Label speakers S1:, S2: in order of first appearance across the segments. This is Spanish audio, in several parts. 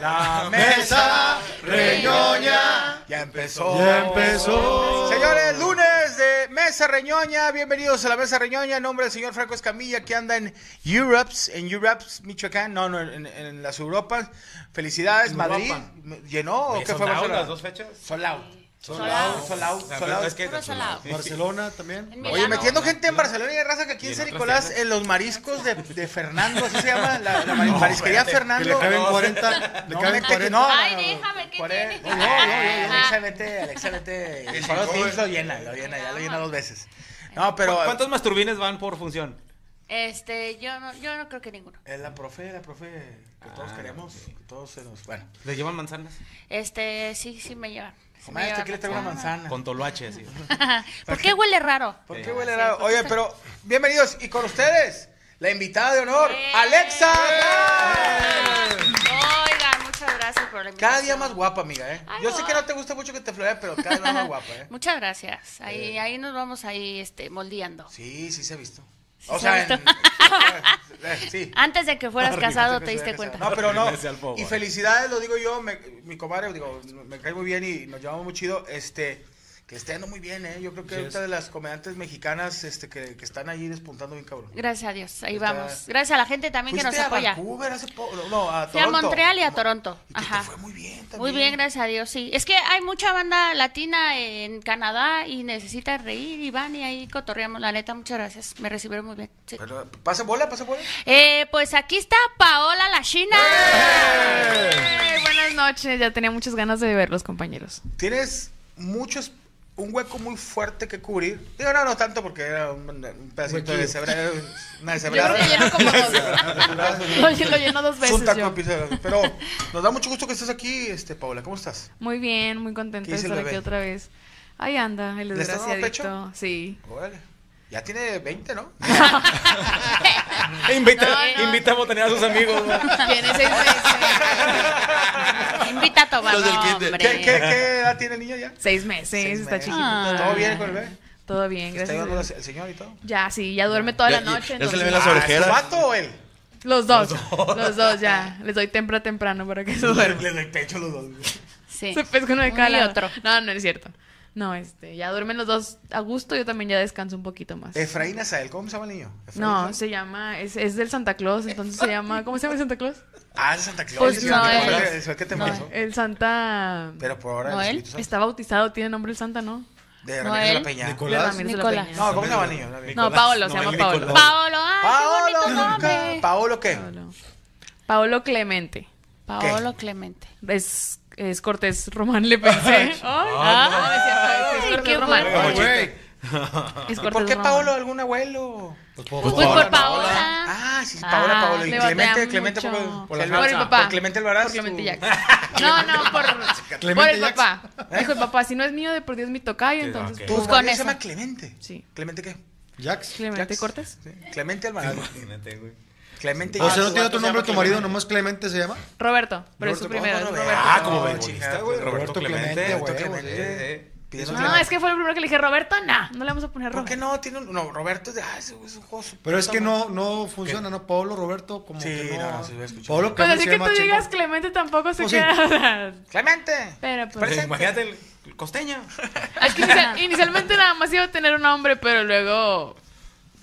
S1: La mesa reñoña
S2: ya empezó.
S1: ya empezó.
S2: Señores, lunes de Mesa Reñoña, bienvenidos a la Mesa Reñoña. En nombre del señor Franco Escamilla que anda en Europe's, en Europe's, Michoacán, no, no, en, en las Europas. Felicidades,
S1: En
S2: Madrid.
S1: Europa.
S2: ¿Llenó o
S3: Oye,
S2: qué
S3: ¿son
S2: fue
S3: out
S2: Barcelona?
S3: las dos fechas?
S2: Solao.
S3: Solao.
S2: Solao,
S3: O sea,
S2: solao.
S3: pero es que-
S4: Puro salado.
S1: Barcelona también.
S4: En
S2: Oye,
S4: Milano.
S2: metiendo gente en Barcelona y hay raza que aquí
S3: Y
S2: en
S3: en
S2: San
S3: otras
S2: Nicolás,
S3: tiendas.
S2: en los mariscos de, de Fernando, así se llama, la, la mari-
S3: No,
S2: marisquería
S3: espérate,
S1: Que
S2: Fernando.
S1: le caben
S3: No,
S1: 40. Le
S2: No,
S1: caben
S2: mete-
S1: 40.
S2: no,
S4: Ay,
S2: no, no,
S4: déjame, ¿qué
S2: por-
S4: tiene?
S2: No, no, no, Alexa, vete, Alexa, vete.
S3: Sí,
S2: El
S3: sí,
S2: Faro
S3: joven.
S2: Teams lo llena, lo llena, ya lo llena dos veces. No, pero...
S3: ¿Cu- ¿Cuántos masturbines van por función?
S4: Este, yo no, yo no creo que ninguno.
S2: Es la profe, la profe que todos
S3: Ah,
S2: queremos, que todos se nos... Bueno,
S3: ¿Le llevan manzanas?
S4: Este, sí, sí me llevan. Sí me
S2: comadre, este
S4: llevan
S2: aquí le traigo una
S4: manzana.
S2: manzana.
S3: Con toloache, así.
S4: ¿Por qué huele raro?
S2: ¿Por
S3: Sí.
S2: qué huele
S4: Sí, ¿por
S2: raro?
S4: qué
S2: Oye,
S4: está-
S2: pero bienvenidos. Y con ustedes, la invitada de honor,
S4: ¡Eh!
S2: Alexa.
S4: Oigan, muchas gracias por la invitación.
S2: Cada día más guapa, amiga, ¿eh?
S4: Ay,
S2: Yo
S4: no.
S2: sé que no te gusta mucho que te florea, pero cada día más guapa, ¿eh?
S4: Muchas gracias. Ahí, ahí nos vamos ahí este, moldeando.
S2: Sí, sí se ha visto.
S4: Sí
S2: O
S4: se ha
S2: sea, en-
S4: visto.
S2: eh, sí.
S4: Antes de que fueras casado te diste cuenta.
S2: No, pero no.
S3: Arrímese al bobo.
S2: Y felicidades, lo digo yo, me- mi comadre, digo, me cae muy bien y nos llevamos muy chido. Este, que esté andando muy bien, ¿eh? Yo creo que es una de las comediantes mexicanas este, que, que están ahí despuntando bien cabrón.
S4: Gracias a Dios, ahí
S2: Está-
S4: vamos. Gracias a la gente también que nos
S2: Fuiste a
S4: apoya.
S2: Vancouver hace poco, no, a
S4: Fui a
S2: Toronto.
S4: Montreal y a Toronto.
S2: Y que te
S4: Ajá.
S2: fue muy bien también.
S4: Muy bien, gracias a Dios, sí. Es que hay mucha banda latina en Canadá y necesita reír y van y ahí cotorreamos. La neta, muchas gracias. Me recibieron muy bien. sí.
S2: Pero, pase bola, pase bola.
S4: Eh, pues aquí está Paola la China.
S5: Eh, Buenas noches, ya tenía muchas ganas de verlos, compañeros.
S2: Tienes muchos un hueco muy fuerte que cubrir. Digo, no, no tanto porque era un, un pedacito de cebra, una
S5: Yo creo
S2: deshebrada.
S5: que llenó como dos. lo, lle- lo llenó dos
S2: Es un
S5: veces.
S2: taco
S5: yo.
S2: de pizza. Pero nos da mucho gusto que estés aquí, este, Paola. ¿Cómo estás?
S5: Muy bien, muy contenta
S2: ¿Qué
S5: de
S2: dice el
S5: estar aquí
S2: bebé?
S5: otra vez. Ahí anda, el
S2: ¿Le está dando
S5: desgraciadito. Sí.
S2: Órale. Ya tiene 20, ¿no?
S3: E invita,
S5: No, no.
S3: invita a botanear a sus amigos. güey.
S5: Tiene seis meses.
S4: Invita a tomar.
S1: Los del
S4: no,
S1: kinder.
S4: hombre.
S2: ¿Qué, qué, qué edad tiene el niño ya?
S5: Seis meses,
S2: Seis
S5: está
S2: meses.
S5: chiquito.
S4: Ah.
S2: ¿Todo bien con el bebé?
S5: Todo bien,
S2: ¿Está
S5: gracias. a
S2: llevando
S5: Dios.
S2: el señor y todo?
S5: Ya, sí, ya duerme toda la
S1: Ya- ya-
S5: noche.
S1: ya se le
S5: entonces-
S1: ven las orejeras.
S2: ¿El vato o él?
S5: Los dos, los dos ya. Les doy temprano temprano para que se duerman.
S2: Le doy pecho a los dos.
S4: Sí.
S5: Se pesca uno de
S4: Uno
S5: cada
S4: y
S5: lado.
S4: otro.
S5: No, no es cierto. No, este, ya duermen los dos a gusto, yo también ya descanso un poquito más.
S2: Efraín Azael, ¿cómo se llama el niño? ¿Efraín
S5: No,
S2: Azael?
S5: se llama, es, es del Santa Claus, entonces se llama, ¿cómo se llama el Santa Claus?
S2: Ah, es Santa Claus.
S4: Pues
S2: sí,
S4: no,
S2: ¿qué
S4: él-
S2: te- ¿Qué te pasó?
S5: El Santa
S2: Pero por ahora
S4: ¿No
S2: el
S4: él?
S2: Espíritu Santo.
S5: está bautizado, tiene nombre el Santa, ¿no?
S2: De
S4: ¿No
S2: Ramírez de la
S4: él?
S2: Peña.
S5: De
S1: Nicolás.
S5: Ramírez de la
S4: Nicolás.
S5: Peña.
S2: No, ¿cómo se llama el niño?
S5: No,
S3: Nicolás,
S5: Paolo, se
S3: no,
S5: llama
S3: el
S5: Paolo.
S3: Nicolás.
S4: Paolo, ay, qué bonito
S2: Paolo,
S4: nombre.
S2: Paolo, ¿qué?
S5: Paolo. Paolo Clemente.
S4: Paolo Clemente.
S5: Es, es Cortés Román, le pensé. Ay,
S4: Ah,
S5: no, no es cierto, es Cortés
S4: qué
S5: Román.
S4: bueno.
S3: Oye,
S5: Es
S2: ¿Y
S5: Cortés
S2: por qué
S5: Román.
S2: Paolo? ¿Algún abuelo?
S4: Pues voy por Paola.
S2: Ah, sí, Paola,
S4: Ah,
S2: Paola. Y
S5: le
S2: Clemente,
S5: batean
S2: Clemente,
S5: mucho.
S2: por,
S5: Por
S2: el,
S5: el papá.
S2: por Clemente Alvaraz.
S5: Por Clemente
S2: tú-
S5: Jack. No, no, por,
S1: Clemente
S5: por el
S1: Jack.
S5: papá.
S2: ¿Eh?
S5: Dijo el papá, si no es mío, de por Dios mi tocayo,
S3: Sí,
S5: entonces.
S3: ok.
S2: Tu
S4: Pues
S2: marido
S4: con
S2: se
S4: eso.
S2: llama Clemente.
S5: Sí.
S2: ¿Clemente qué?
S1: Jax.
S5: Clemente
S2: Jax.
S5: Cortés.
S2: Sí, Clemente Alvaraz.
S3: Imagínate, güey.
S2: Clemente
S1: O sea,
S2: Johnson,
S1: ¿no tiene
S2: vato,
S1: otro
S2: se
S1: nombre
S2: llama
S1: tu marido?
S2: Clemente.
S1: ¿Nomás Clemente se llama?
S5: Roberto, pero es su
S2: ¿cómo
S5: primero. es
S2: no,
S5: Roberto.
S2: Roberto?
S3: Ah, como
S2: No,
S3: beisbolista,
S2: chinga,
S3: güey.
S2: güey,
S3: Roberto Clemente. Roberto
S2: güey,
S3: Clemente.
S2: güey.
S3: eh, eh.
S2: Pidieron
S5: No, es que fue el primero que le dije, Roberto, nah, no le vamos a poner
S2: ¿Por
S5: Roberto.
S2: qué no? Tiene un- no, Roberto es de- ah, ese güey es un juego su
S1: Pero es
S2: puta
S1: que
S2: madre.
S1: no, no funciona, ¿no? Pablo, Roberto, como
S2: Sí,
S1: que no.
S2: no, no, sí lo he escuchado.
S1: Pablo
S5: Pues
S1: Clemente
S5: así
S1: se
S5: que tú
S1: llama chingón.
S5: digas Clemente tampoco se
S1: Pues sí.
S5: queda. o sea,
S2: ¡Clemente!
S5: Pero pues.
S2: Presente.
S3: Imagínate el costeño.
S5: Es que inicial- inicialmente nada más iba a tener un nombre, pero luego.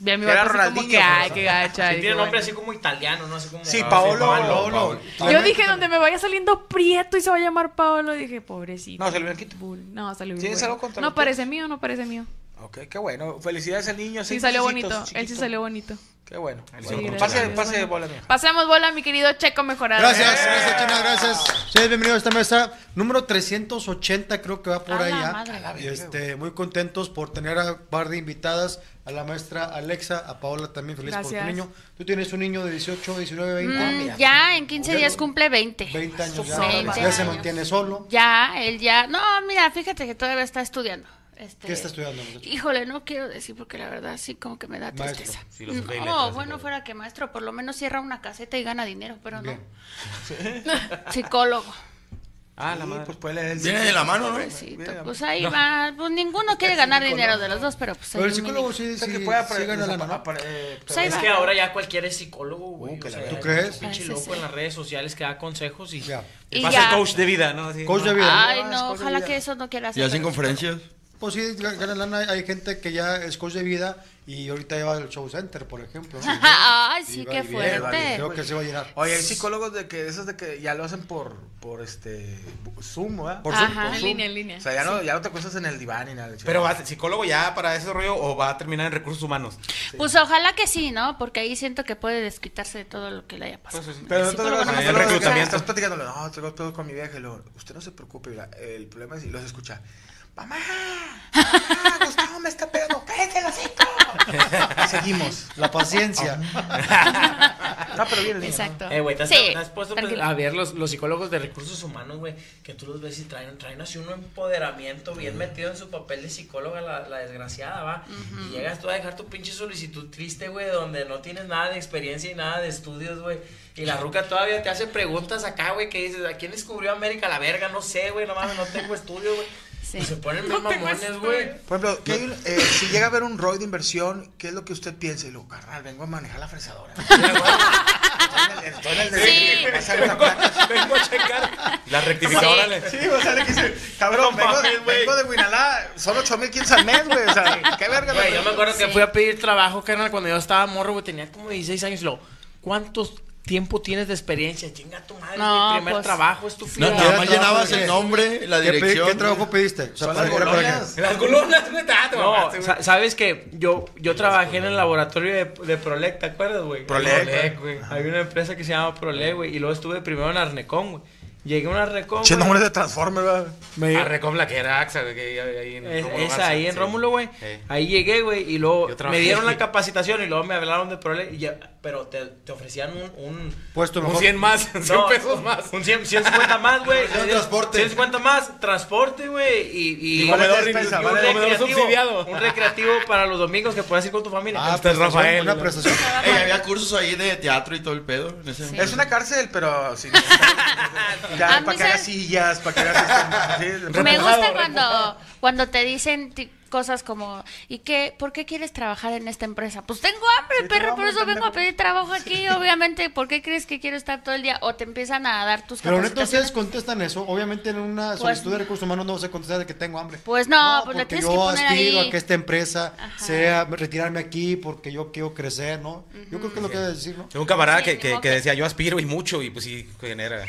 S5: Vi a mi
S2: Era
S5: vato así como
S2: Ronaldinho,
S5: que, ay,
S2: pues.
S5: qué gacha.
S6: Sí,
S5: y
S6: tiene
S5: dije,
S6: nombre
S5: bueno.
S6: así como italiano, ¿no? Así como.
S2: Sí,
S6: Ah,
S2: Paolo,
S1: Paolo.
S5: Yo dije, donde me vaya saliendo prieto y se va a llamar Paolo, dije, pobrecito.
S2: No, se lo blanquito.
S5: Bull. No, salió bien.
S2: ¿Tienes
S5: bueno.
S2: algo contra
S5: No
S2: los
S5: parece mío, no parece mío.
S2: Ok, qué bueno. Felicidades al niño.
S5: Sí,
S2: seis
S5: salió bonito.
S2: mesecitos,
S5: Él sí
S2: chiquito.
S5: salió bonito.
S2: Qué bueno.
S3: sí,
S2: Bueno,
S5: gracias
S2: pase
S5: a Dios,
S2: pase de
S5: bueno.
S2: bola, mía.
S5: Pasemos bola, mi querido Checo Mejorado.
S1: Gracias, gracias, China, gracias. Ustedes bienvenidos a esta mesa número 380, creo que va por
S4: A la
S1: allá.
S4: madre. A la
S1: Y, este, muy contentos por tener a un par de invitadas, a la maestra Alexa, a Paola también, feliz por
S5: Gracias.
S1: tu niño. Tú tienes un niño de 18, 19, 20,
S4: Mm, ya en 15 días cumple 20.
S5: Mm.
S1: 20 años ya,
S4: Veinte
S1: ya se
S4: años.
S1: mantiene solo.
S4: Ya, él ya. No, mira, fíjate que todavía está estudiando. Este,
S1: ¿Qué está estudiando, muchacho?
S4: Híjole, no quiero decir porque la verdad sí como que me da
S1: Maestro.
S4: tristeza.
S6: Filosofía y
S4: no,
S6: letras,
S4: bueno,
S6: hijo.
S4: fuera que maestro, por lo menos cierra una caseta y gana dinero, pero
S1: Bien.
S4: no. Psicólogo.
S3: Ah, la
S2: Sí,
S3: madre.
S2: pues puede leer el
S6: Viene de
S1: Ah,
S6: la mano, ¿no?
S4: Pobrecito, pues ahí va. Pues ninguno quiere ganar dinero de los dos, pero pues ahí
S1: Pero el
S4: un
S1: psicólogo
S4: mínimo.
S1: sí,
S2: O sea,
S1: sí,
S2: que
S1: sí
S2: pueda apare-
S1: gana
S2: o sea,
S1: lana,
S2: pa-
S1: ¿no?
S2: apare- eh,
S4: Pues ahí
S6: Es
S4: va.
S6: que ahora ya cualquiera es psicólogo,
S1: Uh,
S6: güey.
S3: Uh,
S2: que
S6: o
S2: la
S6: sea,
S2: verdad.
S1: ¿Tú
S6: hay
S1: crees?
S6: un Pinche
S4: Parece
S6: loco
S4: ser.
S6: en las redes sociales que da consejos y.
S1: Ya.
S4: Y
S3: Va a ser
S4: ya.
S3: coach de vida, ¿no? Así,
S1: Coach
S3: ¿no?
S1: de vida.
S4: Ay,
S2: Ah,
S4: no,
S2: es
S4: ojalá
S2: cosa
S4: que
S2: de-
S4: eso no quiera hacer.
S7: ¿Y hacen conferencias?
S1: Pues sí, ga- gana lana. Hay gente que ya es coach de vida y ahorita lleva el show center, por ejemplo. ¿no?
S4: Ay, sí,
S1: Y va
S4: qué
S1: y viene, va y viene.
S4: fuerte.
S1: Creo que se va a llenar.
S2: Oye, hay psicólogos de que esos de que ya lo hacen por por este Zoom, ¿verdad?
S1: Por
S4: Ajá.
S5: En línea, en línea.
S2: O sea, ya no, ya no te acuestas en el diván ni nada. de
S3: Pero
S2: chingada.
S3: va a ser psicólogo ya para ese rollo o va a terminar en recursos humanos.
S4: Pues ojalá que sí, ¿no? Porque ahí siento que puede desquitarse de todo lo que le haya pasado.
S3: Pues, sí.
S2: Pero
S4: El
S2: no te
S4: psicólogo
S2: vas
S4: no
S2: a
S4: me
S3: el
S2: hacer
S4: puede-
S3: reclutamiento.
S2: Estás platicándole, no, tengo pedos con mi vieja. Y luego, usted no se preocupe. mira, el problema es, y los escucha, mamá, mamá, Gustavo me está pegando, cállate el hocico. Y seguimos.
S1: La paciencia.
S2: No, pero bien,
S4: Exacto.
S6: Eh, güey, ¿te has,
S4: Sí,
S6: te has puesto
S4: tranquilo.
S6: a ver los, los psicólogos de recursos humanos, güey? Que tú los ves y traen, traen así un empoderamiento bien metido en su papel de psicóloga, la, la desgraciada, va. Y llegas tú a dejar tu pinche solicitud triste, güey, donde no tienes nada de experiencia y nada de estudios, güey. Y la ruca todavía te hace preguntas acá, güey, que dices, ¿a quién descubrió América la verga? No sé, güey, no mames, no tengo estudio, güey.
S4: Sí.
S6: Y se ponen bien mamones, güey.
S2: Por ejemplo, que hay un- eh, si llega a haber un ROI de inversión, ¿qué es lo que usted piensa? Y luego, carnal, vengo a manejar la fresadora. Estoy en el- estoy en el- pasar una placa.
S3: Vengo a checar. La rectificadora. le-
S2: Sí, o sea, le quise, cabrón,
S3: No
S2: vengo,
S3: mames, güey.
S2: vengo de Guinalá, son 8.500 al mes, güey. O sea, qué verga.
S6: Güey, yo me acuerdo que
S4: Sí.
S6: fui a pedir trabajo, carnal, cuando yo estaba morro, güey, tenía como 16 años y luego, ¿cuántos tiempo tienes de experiencia? Chinga tu madre,
S4: No,
S6: mi primer
S4: pues.
S6: trabajo,
S7: No,
S6: estúpido.
S1: ¿qué
S7: nada más
S1: trabajo
S7: llenabas
S1: de-
S7: el nombre, la
S1: ¿Qué, pe-
S7: dirección.
S1: qué trabajo pediste? O sea,
S2: Son
S1: para-
S2: las
S1: era para
S2: golonas.
S3: Las columnas, güey. te- ah, te mamaste, güey.
S6: No, sa- sabes que yo, yo trabajé en el laboratorio de, de Prolec, ¿te acuerdas, güey?
S2: Prolec.
S6: güey. Hay una empresa que se llama Prolec, güey, y luego estuve primero en Arnecón, güey. Llegué a un Arnecón,
S2: Che,
S6: güey.
S2: nombres de Transformer, ¿verdad?
S3: Ah, Recopla, que era AXA, güey, que ahí en
S6: Es-
S3: Rómulo
S6: esa
S3: Garza,
S6: ahí en
S3: sí.
S6: Rómulo, güey.
S3: Sí.
S6: Ahí llegué, güey, y luego
S3: Yo trabajé.
S6: me dieron la capacitación y luego me hablaron de Prolec, y ya- pero te, te ofrecían un- un
S1: Puesto
S3: Un
S1: mejor.
S3: 100 más, 100
S6: No,
S3: pesos más.
S6: Un 100, 150 más, güey.
S1: Un transporte.
S6: 150 más, transporte, güey. Y, y,
S2: Y vale
S6: comedor
S2: despensa,
S6: y- y
S2: vale
S6: un
S3: comedor
S6: recreativo,
S3: subsidiado.
S6: Un recreativo para los domingos que puedas ir con tu familia.
S1: Ah,
S3: Este es
S7: pues,
S1: prestación,
S3: Rafael,
S1: Una
S3: ¿no?
S1: prestación.
S7: Ey, había cursos ahí de teatro y todo el pedo. en ese momento.
S2: Es una cárcel, pero sí.
S4: A
S2: ya,
S4: mí
S2: para que
S4: se-
S2: haga sillas, para que haga sistema, sí,
S4: Me gusta
S3: Repujado,
S4: cuando, cuando te dicen ti- cosas como, ¿y qué? ¿Por qué quieres trabajar en esta empresa? Pues tengo hambre,
S2: Sí,
S4: perro,
S2: tengo
S4: por
S2: hambre,
S4: eso vengo a
S2: pendejo.
S4: pedir trabajo aquí, obviamente. ¿Por qué crees que quiero estar todo el día? O te empiezan a dar tus
S1: Pero neta,
S4: capacitaciones.
S1: ustedes contestan eso. Obviamente, en una solicitud de recursos humanos no se contesta de que tengo hambre.
S4: Pues no, pues le
S1: porque
S4: tienes
S1: yo
S4: que poner
S1: aspiro
S4: ahí.
S1: a que esta empresa sea retirarme aquí porque yo quiero crecer, ¿no? Yo creo que es lo que debe decir, ¿no?
S3: Tengo un camarada
S4: Sí,
S3: que,
S4: ni
S3: que-
S4: modo
S3: que
S4: que-
S3: decía, yo aspiro y mucho, y pues sí, genera.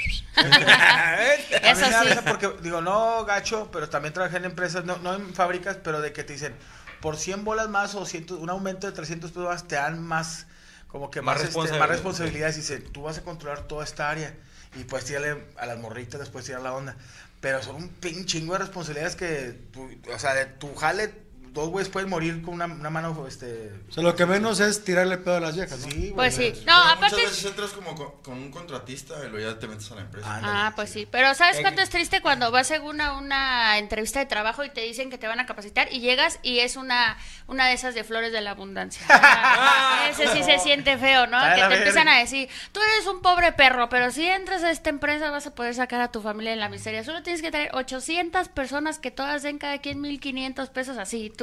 S2: A mí me da
S4: Eso sí.
S2: risa porque digo, no, gacho, pero también trabajé en empresas, no, no en fábricas, pero de que te dicen, por 100 bolas más o 100, un aumento de 300 pesos más, te dan más, como que
S3: Más
S2: más, este,
S3: responsabilidad.
S2: más responsabilidades. Y dicen, tú vas a controlar toda esta área. Y pues tirarle a las morritas, después tirar la onda. Pero son un pin chingo de responsabilidades que, tú- o sea, de tu jale, dos güeyes pueden morir con una, una mano, este...
S1: O sea, lo que menos es tirarle pedo a las viejas, ¿no?
S2: Sí,
S4: Pues sí.
S7: Pero
S4: No, aparte.
S7: Muchas veces entras como con, con un contratista y luego ya te metes a la empresa.
S4: Ah, pues sí. Pero ¿sabes cuánto es triste cuando vas a una, una entrevista de trabajo y te dicen que te van a capacitar y llegas y es una, una de esas de flores de la abundancia? Ah, Ese sí se siente feo, ¿no?
S2: Está de
S4: Que te
S2: la verga.
S4: empiezan a decir, tú eres un pobre perro, pero si entras a esta empresa vas a poder sacar a tu familia de la miseria. Solo tienes que traer 800 personas que todas den cada quien 1.500 pesos así, tú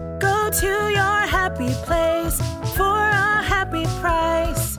S8: Go to your happy place for a happy price.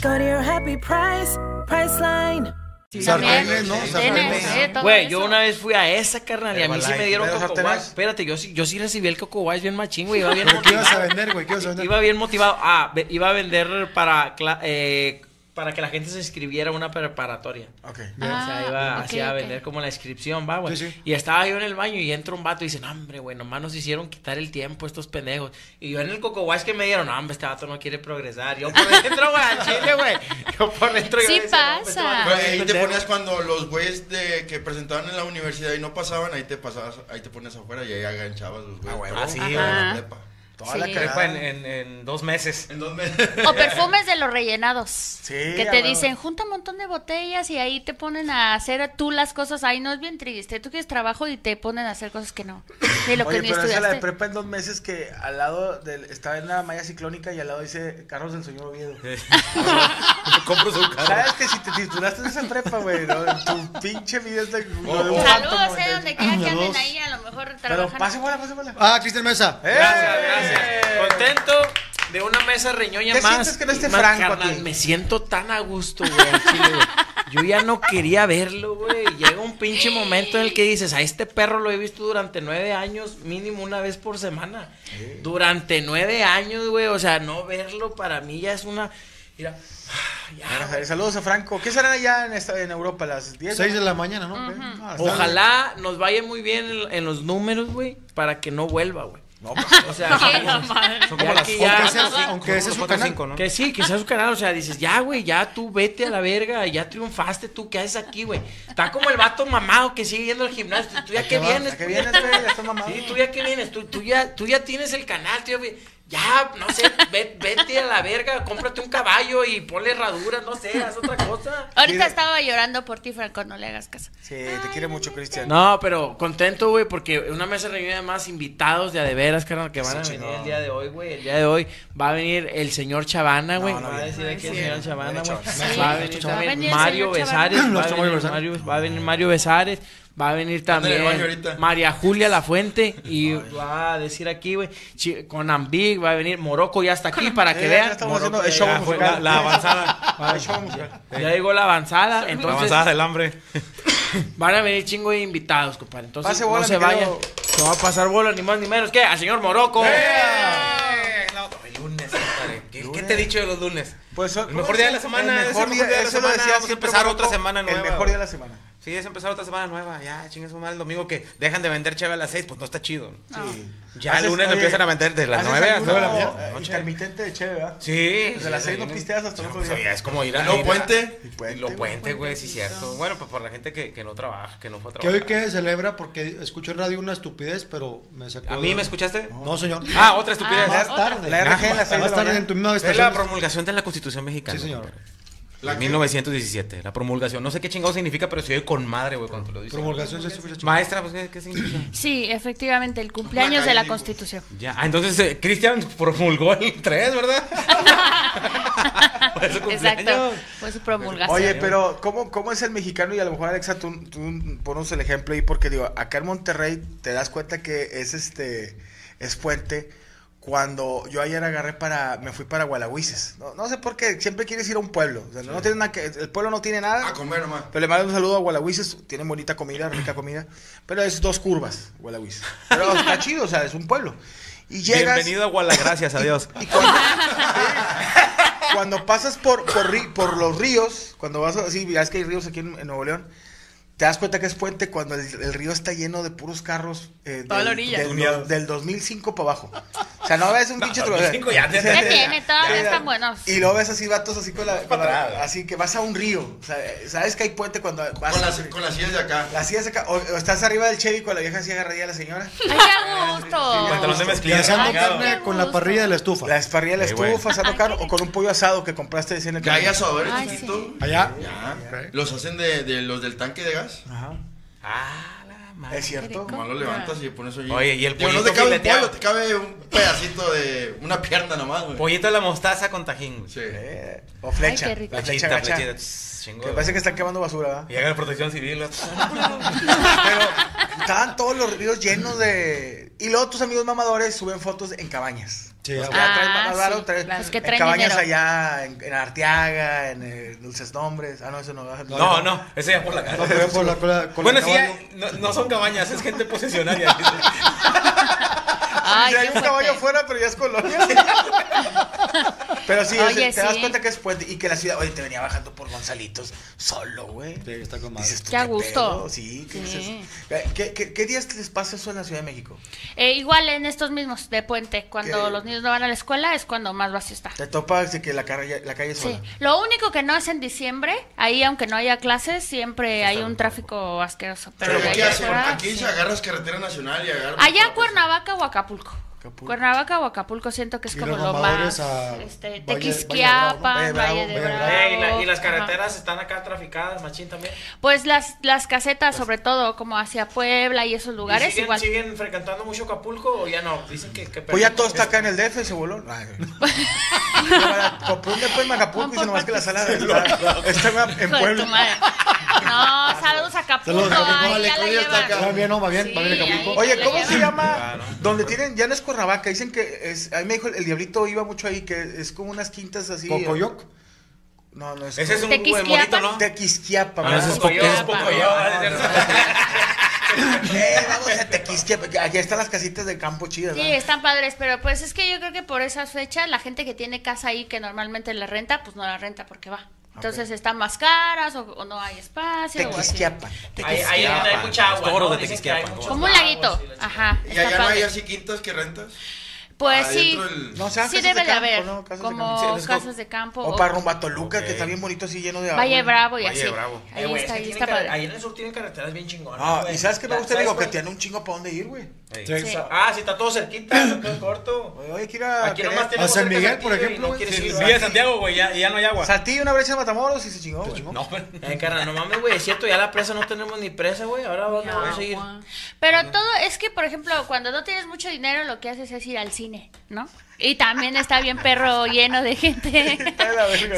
S8: Go to your happy price, Priceline.
S1: Sartenes, ¿no? Sartenes.
S4: eh,
S6: Güey, yo una vez Pues fui a esa
S3: Eh.
S6: carnal y a mí sí
S2: Herbalife,
S6: me dieron
S2: ¿ves
S6: Coco
S2: sartenes?
S6: Wise. Espérate, yo sí, yo sí recibí el Coco Wise bien machín, güey. Iba bien
S1: ¿Pero qué ibas a
S6: motivado.
S1: vender, güey? ¿Qué ibas a vender?
S6: Iba bien motivado. Ah, ve- iba a vender para, cla- eh, para que la gente se inscribiera a una preparatoria.
S2: Ok.
S6: o sea, iba
S4: Ah,
S6: así
S4: ok,
S6: a
S4: ok.
S6: vender como la inscripción, va, güey.
S1: Sí, sí.
S6: Y estaba yo en el baño y entra un vato y dice, no, hombre, güey, nomás nos hicieron quitar el tiempo estos pendejos. Y yo en el Coco Wise que me dieron, no, hombre, este vato no quiere progresar. Yo por dentro, güey, al chile, güey. Yo por dentro. yo
S4: Sí
S6: decía, "No, hombre,
S4: pasa.
S6: este vato
S7: Güey,
S6: no
S7: ahí te
S6: quiere
S7: ponías cuando los güeyes de que presentaban en la universidad y no pasaban, ahí te pasabas, ahí te ponías afuera y ahí aganchabas los güeyes.
S2: Ah, güey,
S7: Pero-
S2: ah, sí,
S7: de
S4: Ajá.
S7: la prepa.
S2: Toda
S4: Sí.
S2: la
S4: Pero
S2: cagada.
S3: Trepa en, en, en dos meses.
S7: En dos meses.
S4: O perfumes de los rellenados. que
S2: a
S4: te
S2: huevo.
S4: dicen, junta un montón de botellas y ahí te ponen a hacer tú las cosas. Ahí no es bien triste. Tú quieres trabajo y te ponen a hacer cosas que no. De lo
S2: Oye,
S4: que ni
S2: pero esa la de
S4: estudiaste.
S2: prepa en dos meses que al lado del, está en la malla ciclónica y al lado dice Carlos del Señor Oviedo.
S3: Compro su carro.
S2: ¿Sabes que si te titulaste en esa prepa, güey? ¿no? Tu pinche vida es de, lo
S6: Oh,
S2: de un phantom,
S4: Saludos,
S2: güey.
S4: eh, donde quiera que anden
S1: Saludos.
S4: ahí, a lo mejor
S2: Pero
S4: trabajan.
S2: pase bola, pase bola.
S1: Ah, Cristian Mesa.
S2: ¡Eh!
S6: Gracias, gracias. Contento de una mesa reñoña
S2: ¿Qué
S6: más.
S2: sientes que no esté
S6: más,
S2: Franco
S6: carnal.
S2: aquí?
S6: Me siento tan a gusto, güey. al chile, güey. Yo ya no quería verlo, güey. Llega un pinche momento en el que dices, a este perro lo he visto durante nueve años, mínimo una vez por semana. Durante nueve años, güey. O sea, no verlo para mí ya es una. Mira, ya,
S2: Bueno,
S6: güey.
S2: Saludos a Franco. ¿Qué serán allá en, esta- en Europa? ¿Las ¿Eh? 10?
S1: 6 de la mañana, ¿no? Ah, está bien.
S6: Ojalá nos vaya muy bien en, en los números, güey, para que no vuelva, güey.
S2: No, pues,
S6: O sea,
S3: Son
S6: ya
S3: como las
S6: que
S3: cuatro,
S6: ya-
S1: Aunque ese- aunque ese es su
S3: cuatro,
S1: canal.
S3: cinco, ¿no?
S6: Que sí, que sea su canal, o sea, dices, ya, güey, ya tú vete a la verga, ya triunfaste, tú, ¿qué haces aquí, güey? Está como el vato mamado que sigue yendo al gimnasio, tú ya que
S2: vas?
S6: vienes.
S2: ¿A qué vienes, güey? Ya estás mamado.
S6: Sí, tú ya que vienes, tú, tú ya, tú ya tienes el canal, tío, güey. Ya, no sé, ve- vete a la verga, cómprate un caballo y ponle herraduras, no sé, haz otra cosa.
S4: Ahorita estaba llorando por ti, Franco, no le hagas caso.
S2: Sí, te quiere mucho, Cristian.
S6: No, pero contento, güey, porque una mesa reunida más invitados de a de veras, carnal, que van a
S2: Eso
S6: venir
S2: chingón.
S6: el día de hoy, güey. El día de hoy va a venir el señor Chavana, güey.
S2: no
S6: va a
S2: viene.
S6: decir aquí el señor Chavana, güey.
S4: Sí.
S6: Va a
S4: Sí.
S6: venir
S4: Va a
S6: también
S4: venir el
S6: Mario
S4: señor
S1: Chavana.
S6: Besares. Va a
S1: Nuestro
S6: venir
S1: Mario
S6: Mario, va a venir Mario Besares. Va a venir
S7: Anda en el
S6: también
S7: baño ahorita.
S6: María Julia La Fuente y va a decir aquí, güey, chi- con Ambig va a venir Morocco ya hasta aquí para que
S2: Sí,
S6: vean.
S2: Eh, ya estamos
S6: Morocco
S2: haciendo el
S6: ya-
S2: show
S3: Ah,
S6: ya fue
S2: musical.
S6: la- la avanzada,
S2: Ah, show musical.
S6: ya llegó la avanzada,
S3: La
S6: entonces
S3: avanzada del hambre.
S6: Van a venir chingo de invitados, compadre. Entonces
S2: Pase bola,
S6: no se
S2: mi
S6: vayan.
S2: querido.
S6: Se va a pasar bola, ni más ni menos. ¿Qué? Al señor Morocco.
S3: Eh, no, el lunes, compadre. ¿Qué, qué te he dicho de los lunes?
S2: Pues,
S3: el
S2: ¿cómo
S3: mejor día de
S2: decía?
S3: la semana. es
S2: El
S3: el
S2: mejor día,
S3: mejor día de la
S2: eso lo
S3: semana.
S2: decía
S3: Vamos a
S2: siempre
S3: empezar
S2: Rocco,
S3: otra semana nueva.
S2: El mejor
S3: güey.
S2: día de la semana.
S3: Sí, es empezar otra semana nueva. Ya, chingas su madre. El domingo que dejan de vender cheve a las 6, pues no está chido.
S2: Sí.
S3: Ya el lunes lo
S2: oye,
S3: empiezan a vender de las
S2: haces
S3: 9 a las
S2: ayuno
S3: 9 de la mañana.
S2: eh, Intermitente de chévere, ¿verdad?
S3: Sí.
S2: Desde las seis no pisteas hasta el
S3: No,
S2: otro
S3: pues,
S2: día.
S3: oye, Es como ir a.
S7: Lo
S3: ir a-
S7: puente.
S2: Puente,
S3: Lo
S2: güey.
S3: puente, güey, sí, cierto. Bueno, pues por la gente que, que no trabaja, que no fue a
S1: Que hoy
S3: trabajar.
S1: que se celebra porque escuché en radio una estupidez, pero me sacó.
S3: ¿A
S1: de-
S3: mí me escuchaste?
S1: No, señor.
S3: Ah, otra estupidez.
S1: Más
S3: Es-
S1: tarde.
S2: La RG en las seis de
S1: Más
S2: la
S1: tarde
S2: mañana.
S1: en tu misma
S3: es la
S1: estación.
S3: promulgación de la Constitución mexicana.
S1: Sí, señor.
S7: La
S3: De 1917, la promulgación. No sé qué chingado significa, pero se oye con madre, güey, cuando te lo dicen.
S1: Promulgación se escucha chido.
S3: Maestra, pues, ¿qué, qué significa?
S4: Sí, efectivamente, el cumpleaños de la Constitución.
S3: Ya, ah, entonces eh, Cristian promulgó el 3, ¿verdad? Por eso cumpleaños.
S4: Exacto. Fue su promulgación.
S2: Oye, pero ¿cómo, ¿cómo es el mexicano? Y a lo mejor, Alexa, tú, tú ponos el ejemplo ahí, porque digo, acá en Monterrey te das cuenta que es este, es puente. Cuando yo ayer agarré para, me fui para Gualahuises. No, no sé por qué, siempre quieres ir a un pueblo. O sea, no tiene nada que, el pueblo no tiene nada.
S3: Ah,
S7: A comer nomás.
S2: Pero le mando un saludo a Gualahuises, tienen bonita comida, rica comida, pero es dos curvas, Gualahuises. Pero está chido, o sea, es un pueblo. Y llegas-
S3: Bienvenido a Guala, gracias a Dios.
S2: cuando pasas por, por, ri- por los ríos, cuando vas así, ya es que hay ríos aquí en, en Nuevo León, te das cuenta que es puente cuando el, el río está lleno de puros carros eh,
S4: Toda
S2: del,
S4: la orilla.
S2: del-
S3: Tuneados.
S2: del 2005 para abajo. O sea, no ves un pinche tro-
S3: 2005 ya te-
S4: ¿Qué tiene? Todavía están buenos.
S2: Y luego ves así vatos así con la, con la- así que vas a un río. O sea, sabes que hay puente cuando vas
S7: Con las- con las sillas de acá.
S2: Las sillas de acá. O, o estás arriba del Chevy con la vieja así agarradilla de la señora.
S4: ¡Ay, qué gusto!
S3: Pantalón de mezclilla.
S2: Y asando
S3: Ay,
S2: carne
S3: qué
S2: con la parrilla de la
S4: Pues,
S2: estufa. La parrilla de la
S3: Sí, güey.
S2: estufa, asando carne o con un pollo asado que compraste de cena.
S7: Que hay asadores, Ay, chiquito.
S2: Allá.
S7: Ya. Los hacen de, de los del tanque de gas.
S2: Ajá.
S7: Ah, la madre.
S2: Es cierto.
S7: Nomás lo levantas y pones oye.
S3: Oye, y el
S7: Digo, no te
S3: pollito
S7: cabe un
S3: fileteado.
S7: pollo, te cabe un pedacito de una pierna nomás, güey.
S3: Pollito a la mostaza con tajín. güey.
S2: O flecha.
S3: Ay, qué rico.
S2: La
S3: Flechita,
S2: flecha gacha.
S3: flechita. Tss, chingo,
S2: Que
S3: güey.
S2: parece que están quemando basura, ¿verdad?
S3: Y haga la protección civil. güey.
S2: Estaban todos los ríos llenos de. Y luego tus amigos mamadores suben fotos en cabañas. Sí, los que
S4: ah,
S2: ya traen más
S4: sí,
S2: varo, traen-
S4: claro. Los que
S2: en
S4: traen
S2: cabañas
S4: dinero.
S2: allá en, en Arteaga, en eh, Dulces Nombres. Ah, no, eso no. No,
S3: No, no, ese ya por la cara.
S2: No, pero por la- con la- con
S3: bueno,
S2: la
S3: sí,
S2: caballo.
S3: ya- no, no son cabañas, es gente posesionaria.
S2: Ay, hay un caballo afuera, pero ya es colonia. pero sí,
S4: Oye,
S2: es- te das
S4: sí.
S2: cuenta que es puente y que la ciudad. Oye, te venía bajando por Gonzalitos solo, güey. Sí, está con más.
S4: Qué a gusto.
S2: Sí, ¿qué,
S4: Sí.
S2: dices? ¿Qué- qué- qué días les pasa eso en la Ciudad de México?
S4: Eh, igual en estos mismos de puente, cuando
S2: ¿Qué?
S4: los niños no van a la escuela es cuando más vacío está.
S2: Te topas de que la calle, la calle sola.
S4: Sí. Lo único que no es en diciembre, ahí aunque no haya clases, siempre hay un tráfico asqueroso. Pero
S7: Pero
S4: de
S7: ¿qué
S4: ahí
S7: hacen?
S4: afuera,
S7: Aquí
S4: sí.
S7: se agarras carretera nacional y agarras.
S4: Allá Cuernavaca o Acapulco.
S2: Acapulco.
S4: Cuernavaca o Acapulco siento que es
S7: Y
S4: como
S7: los
S4: lo
S7: mamadores
S4: más
S7: a
S4: este,
S7: Valle-
S4: Tequisquiapan,
S7: Valle
S4: Valle,
S7: Bravo, ¿no? Valle
S4: de Bravo.
S7: Bravo.
S6: Eh, y, la- y las
S4: ajá.
S6: carreteras están acá traficadas, machín también.
S4: Pues las, las casetas, sobre todo, como hacia Puebla y esos
S6: ¿Y
S4: lugares,
S6: siguen,
S4: igual.
S6: siguen frecuentando mucho Acapulco o ya no? Dicen que, que
S2: Pues ya todo está acá en el DF, se voló. Ay, güey. Compré un DF en Acapulco y se nomás que la sala está, está en
S4: Hijo de tu
S2: Puebla.
S4: madre. No, saludos a Acapulco.
S2: Saludos, Acapulco.
S4: ay,
S2: Vale,
S4: ya la
S2: Curia está
S4: llevan.
S2: acá. Va bien, no, va bien, va bien Acapulco. Oye,
S4: la
S2: ¿cómo
S4: llevan.
S2: se llama? Donde tienen, ya no es Cuernavaca, dicen que es, a mí me dijo el, el diablito iba mucho ahí, que es como unas quintas así.
S3: ¿Cocoyoc?
S2: No, no es.
S3: Ese es un güey
S2: Tequisquiapa.
S3: bonito, ¿no?
S2: Tequisquiapa.
S3: Ah, ese es Cocoyoc,
S2: ¿verdad?
S3: es Ah,
S2: No, no, no. Eh, vamos a Tequisquiapa, que allá están las casitas de campo chidas,
S4: Sí,
S2: ¿verdad?
S4: están padres, pero pues es que yo creo que por esas fechas la gente que tiene casa ahí que normalmente la renta, pues no la renta porque va. Entonces están más caras o, o no hay espacio. o así.
S2: Tequisquiapa.
S6: Ahí, ahí es donde hay mucha agua.
S3: Toros
S6: ¿no?
S3: de
S6: Dicen que
S3: Tequisquiapan,
S6: hay muchos
S4: Como un
S6: lagos.
S4: laguito. Ajá.
S7: Y
S4: está
S7: allá no hay
S4: padre.
S7: así quintas que rentas.
S2: ah,
S4: Pues sí.
S7: adentro del-
S2: No, o sea,
S4: sí
S2: casas
S4: debe
S2: de
S4: de,
S2: campo,
S4: haber.
S2: ¿no? Casas de
S4: como
S2: campo. Sí, es como-
S4: casas de campo.
S2: O
S4: o-
S2: para rumba a Toluca, que está bien bonito así lleno de agua.
S4: Valle Bravo y
S2: Valle
S4: así.
S2: Bravo.
S4: Ah, Ahí
S6: Eh, güey,
S4: está,
S6: es que
S4: ahí
S6: tienen
S4: está
S6: car-
S4: padre.
S6: Ahí en el sur tienen carreteras bien chingonas.
S2: Ah,
S6: güey.
S2: y sabes que me
S6: La-
S2: gusta,
S6: ¿sabes
S2: digo, que
S6: cuál?
S2: tiene un chingo para dónde ir, güey.
S6: Sí. Ah, sí, está todo cerquita, está todo corto.
S2: Oye, que eh, ir a
S6: Aquí nomás
S2: Queréz-
S6: tenemos
S2: a San
S6: cerca
S2: Miguel,
S6: Saltillo
S2: por
S6: y
S2: ejemplo,
S6: No
S2: güey.
S6: quieres
S2: Sí,
S6: ir,
S2: sí,
S6: ¿verdad?
S3: Vía de Santiago, güey, ya, ya no hay agua.
S2: Saltillo, una brecha de Matamoros y se chingó, güey.
S3: No, pero-
S6: Eh, carnal, no mames, güey, es cierto, ya la presa no tenemos ni presa, güey. Ahora vamos
S4: Ni
S6: vamos a ir.
S4: Pero todo es que, por ejemplo, cuando no tienes mucho dinero, lo que haces es ir al cine, ¿no? Y también está bien perro lleno de gente.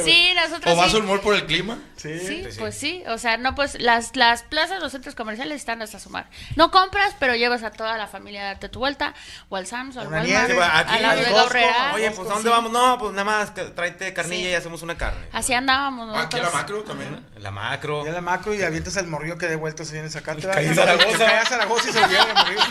S4: sí, nosotros
S7: ¿O vas
S4: sí.
S7: al mall por el clima?
S4: Sí, pues sí, o sea, no, pues las, las plazas, los centros comerciales están hasta sumar. No compras, pero llevas a toda la familia a darte tu vuelta, o al Sam's, o al
S2: Una
S4: Walmart,
S2: nieve,
S4: a
S3: Aquí,
S4: la
S3: al
S4: bodega
S3: Costco.
S4: Aurrera.
S3: Oye, pues ¿a dónde
S4: Sí.
S3: vamos? No, pues nada más que- tráete carnilla
S4: Sí.
S3: y hacemos una carne.
S4: Así andábamos
S7: Aquí a
S4: nosotros.
S7: la macro también.
S3: La macro.
S2: Ya la macro y avientas al morrillo que de vuelta se viene sacando.
S3: Caí en Zaragoza.
S2: Caí a Zaragoza y se olvidó el morrillo.